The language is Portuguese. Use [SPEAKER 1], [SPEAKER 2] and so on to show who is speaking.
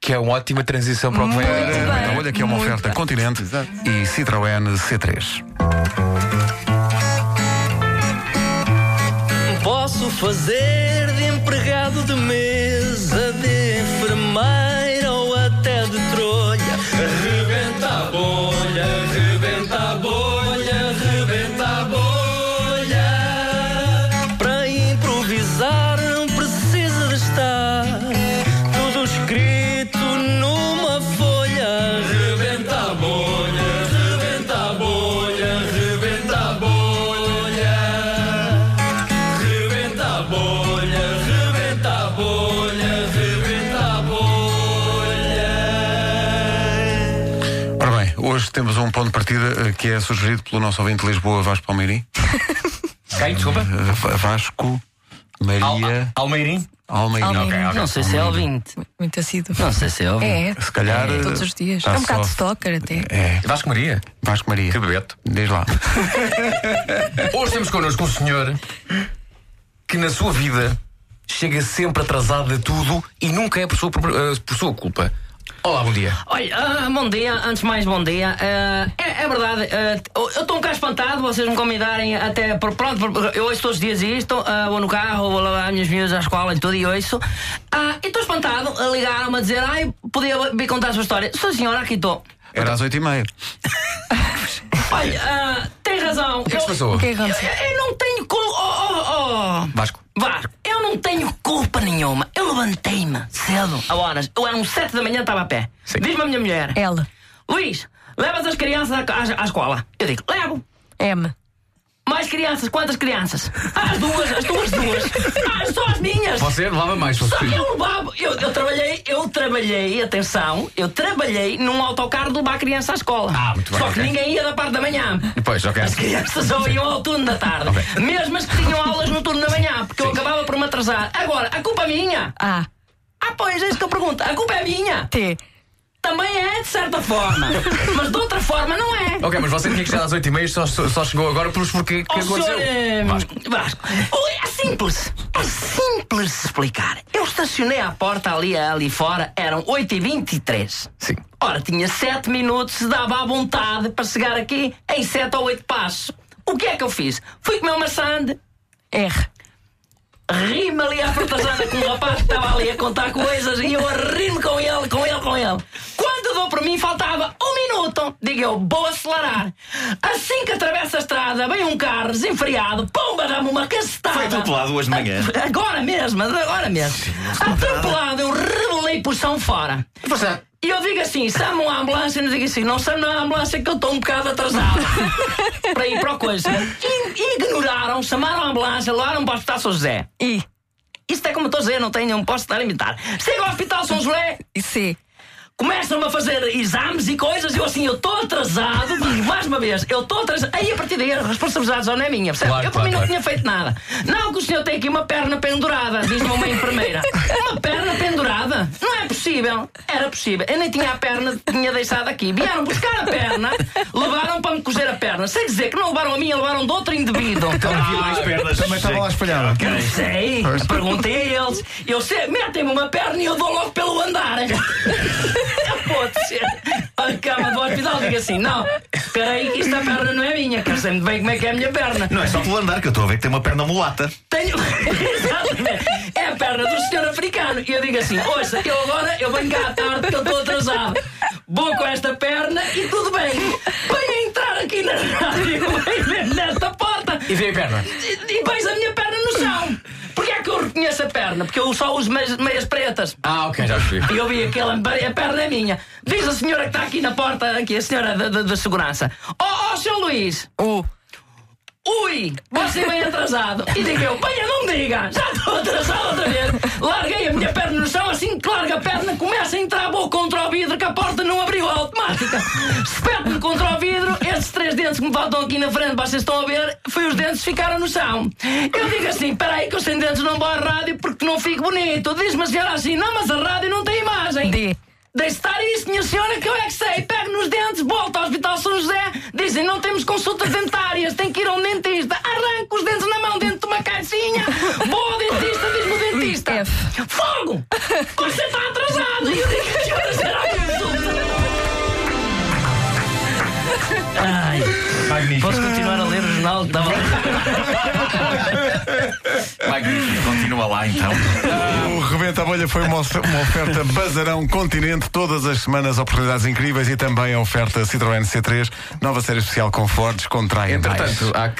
[SPEAKER 1] que é uma ótima transição para o que vem a
[SPEAKER 2] Muito
[SPEAKER 1] seguir.
[SPEAKER 2] bem.
[SPEAKER 3] Então, olha que é uma
[SPEAKER 2] Muito
[SPEAKER 3] oferta
[SPEAKER 2] bem.
[SPEAKER 3] Continente
[SPEAKER 2] Exato.
[SPEAKER 3] e Citroën C3.
[SPEAKER 4] Posso fazer de empregado de mesa, de enfermeira ou até de trolha. Rebenta a bolha, rebenta a bolha, rebenta a bolha. Para improvisar não precisa de estar tudo escrito numa folha. Rebenta a bolha, rebenta a bolha, rebenta a bolha. Rebenta a bolha, rebenta a bolha, rebenta a bolha.
[SPEAKER 3] Ora bem, hoje temos um ponto de partida eh, que é sugerido pelo nosso ouvinte de Lisboa, Vasco Palmeirim.
[SPEAKER 1] Quem? Desculpa.
[SPEAKER 3] Eh, Va- Vasco Maria
[SPEAKER 1] Almeirim?
[SPEAKER 3] Almeirim.
[SPEAKER 2] Almeirim. Ok, ok.
[SPEAKER 4] Não sei se é ouvinte.
[SPEAKER 2] Muito assíduo.
[SPEAKER 4] Não sei se é ouvinte.
[SPEAKER 2] É, é.
[SPEAKER 3] Se calhar,
[SPEAKER 2] É, todos os dias.
[SPEAKER 3] tá
[SPEAKER 2] é um bocado
[SPEAKER 3] só.
[SPEAKER 2] stalker até.
[SPEAKER 3] É,
[SPEAKER 1] Vasco Maria?
[SPEAKER 3] Vasco Maria.
[SPEAKER 1] Que bebeto.
[SPEAKER 3] Diz lá.
[SPEAKER 1] Hoje temos connosco um senhor que na sua vida chega sempre atrasado a tudo e nunca é por sua, própria- eh, por sua culpa. Olá, bom dia.
[SPEAKER 4] Olha, ah, bom dia, antes de mais bom dia. Ah, é, é verdade, ah, eu estou um bocado espantado vocês me convidarem até por pronto, por- eu ouço todos os dias isto, ah, vou no carro, vou levar as minhas miúdas à escola e tudo e ouço. Ah, e estou espantado, ah, ligaram-me a dizer, ai, podia vir contar a sua história. Sou senhora, aqui estou.
[SPEAKER 3] Era às oito e meia.
[SPEAKER 4] Olha, ah, tem razão.
[SPEAKER 1] O que é que se passou?
[SPEAKER 2] O que é que
[SPEAKER 4] Eu,
[SPEAKER 2] aconteceu?
[SPEAKER 4] eu não tenho culpa. Oh, oh, oh.
[SPEAKER 1] Vasco.
[SPEAKER 4] Vasco, eu não tenho culpa nenhuma. Eu levantei-me cedo, a horas. Eu eram sete da manhã, estava a pé. Diz-me a minha mulher:
[SPEAKER 2] L.
[SPEAKER 4] Luís, levas as crianças à, à- à escola. Eu digo: levo.
[SPEAKER 2] M.
[SPEAKER 4] Mais crianças, quantas crianças? Ah, As duas, as duas, duas. Ah, só as minhas.
[SPEAKER 1] Você levava mais,
[SPEAKER 4] Só que eu levava. Eu, eu trabalhei, eu trabalhei, atenção, eu trabalhei num autocarro de levar a criança à escola.
[SPEAKER 1] Ah, muito bem,
[SPEAKER 4] Só que
[SPEAKER 1] ok.
[SPEAKER 4] ninguém ia da parte da manhã.
[SPEAKER 1] Pois, ok.
[SPEAKER 4] As crianças só iam ao turno da tarde. Mesmo as que tinham aulas no turno da manhã, porque eu acabava por me atrasar. Agora, a culpa é minha?
[SPEAKER 2] A.
[SPEAKER 4] Ah, pois, é isso que eu pergunto. A culpa é minha?
[SPEAKER 2] T.
[SPEAKER 4] Também é, de certa forma. Mas de outra forma, não é.
[SPEAKER 1] Ok, mas você tinha que chegar às 8h30 só, só chegou agora pelos porquê
[SPEAKER 2] Oh,
[SPEAKER 1] que
[SPEAKER 4] Ó,
[SPEAKER 1] aconteceu.
[SPEAKER 4] senhor, eh,
[SPEAKER 1] Vasco.
[SPEAKER 4] Vasco. Oh, é simples. É simples de explicar. Eu estacionei à porta ali, ali fora, eram 8h23.
[SPEAKER 1] Sim.
[SPEAKER 4] Ora, tinha 7 minutos, se dava à vontade para chegar aqui em 7 ou 8 passos. O que é que eu fiz? Fui comer uma sand,
[SPEAKER 2] R.
[SPEAKER 4] ri-me ali à fartazana com um rapaz que estava ali a contar coisas e eu a rir-me com ele, com ele, com ele. Quando dou por mim, faltava um minuto. Digo eu, vou acelerar. Assim que atravesso a estrada, vem um carro desenfreado, pomba, dá-me uma cacetada.
[SPEAKER 5] Foi atropelado hoje de manhã.
[SPEAKER 4] Agora mesmo, agora mesmo. Atropelado, eu revelei por São Fora.
[SPEAKER 1] Você,
[SPEAKER 4] E eu digo assim, chama uma ambulância, e eu digo assim, não chama a ambulância que eu estou um bocado atrasado para ir para a coisa. E ignoraram, chamaram a ambulância, levaram para o hospital São José.
[SPEAKER 2] I.
[SPEAKER 4] Isto é como eu estou a dizer, não tenho, não posso estar a imitar. Chego ao hospital São José,
[SPEAKER 2] E C.
[SPEAKER 4] começam-me a fazer exames e coisas, e eu assim, eu estou atrasado, digo, mais uma vez, eu estou atrasado. Aí a partir daí a responsabilidade já não é minha, percebe?
[SPEAKER 1] Claro,
[SPEAKER 4] eu para mim
[SPEAKER 1] claro,
[SPEAKER 4] não tinha feito nada. Não, que o senhor tem aqui uma perna pendurada, diz-me uma enfermeira. uma perna pendurada? Não é possível. Era possível. Eu nem tinha a perna, tinha deixado aqui. Vieram buscar a perna, levaram para me cozer a perna. Sem dizer que não levaram a minha, levaram de outro indivíduo.
[SPEAKER 1] Então, Ah,
[SPEAKER 5] Havia mais pernas.
[SPEAKER 3] Também estava lá espalhada.
[SPEAKER 4] Não sei, perguntei a eles. Eu sei, metem-me uma perna e eu dou logo pelo andar. Pode ser. A cama do hospital diga assim: não, peraí, que esta perna não é minha, quero sei muito bem como é que é a minha perna.
[SPEAKER 5] Não é só pelo andar que eu estou a ver que tem uma perna mulata.
[SPEAKER 4] Tenho. Exatamente. É a perna do senhor africano. E eu digo assim: ouça, eu agora eu venho cá à tarde porque eu estou atrasado. Vou com esta perna e tudo bem. Venho entrar aqui na rádio, venho ver nesta porta
[SPEAKER 1] e vê a perna.
[SPEAKER 4] e vejo a minha perna no chão. Porquê é que eu reconheço a perna? Porque eu só uso meias, meias pretas.
[SPEAKER 1] Ah, ok, já percebi.
[SPEAKER 4] E eu vi aquela, a perna é minha. Diz a senhora que está aqui na porta, aqui, a senhora da- da da segurança. Oh, oh, seu Luís,
[SPEAKER 2] U.
[SPEAKER 4] ui, você vem atrasado. E digo eu, venha, não me diga, já estou atrasado outra vez. Larguei a minha perna no chão, assim que larga a perna, começa a entrar a boca contra o vidro, que a porta não abriu a automática. Espeto-me contra o vidro, esses três dentes que me faltam aqui na frente, vocês estão a ver, foi os dentes que ficaram no chão. Eu digo assim, peraí que eu sem dentes não vou à rádio porque não fico bonito. Diz-me a senhora assim, não, mas a rádio não tem imagem.
[SPEAKER 2] D.
[SPEAKER 4] Deixe estar isso, minha senhora, que eu é que sei. Pego nos dentes, volta ao Hospital São José. Dizem, não temos consultas dentárias, tem que ir a um dentista. Arranco os dentes na mão dentro de uma caixinha. Vou ao dentista, diz-me o dentista.
[SPEAKER 2] F.
[SPEAKER 4] Fogo! Você está atrasado! E eu digo, Ai,
[SPEAKER 5] Magnífico.
[SPEAKER 4] posso continuar a ler o jornal? Tá bom.
[SPEAKER 5] Magnífico. Continua lá então.
[SPEAKER 3] O Rebenta a Bolha foi uma, of- uma oferta Bazarão Continente, todas as semanas oportunidades incríveis e também a oferta Citroën C3, nova série especial com Ford, descontrai mais.
[SPEAKER 1] Entretanto, há que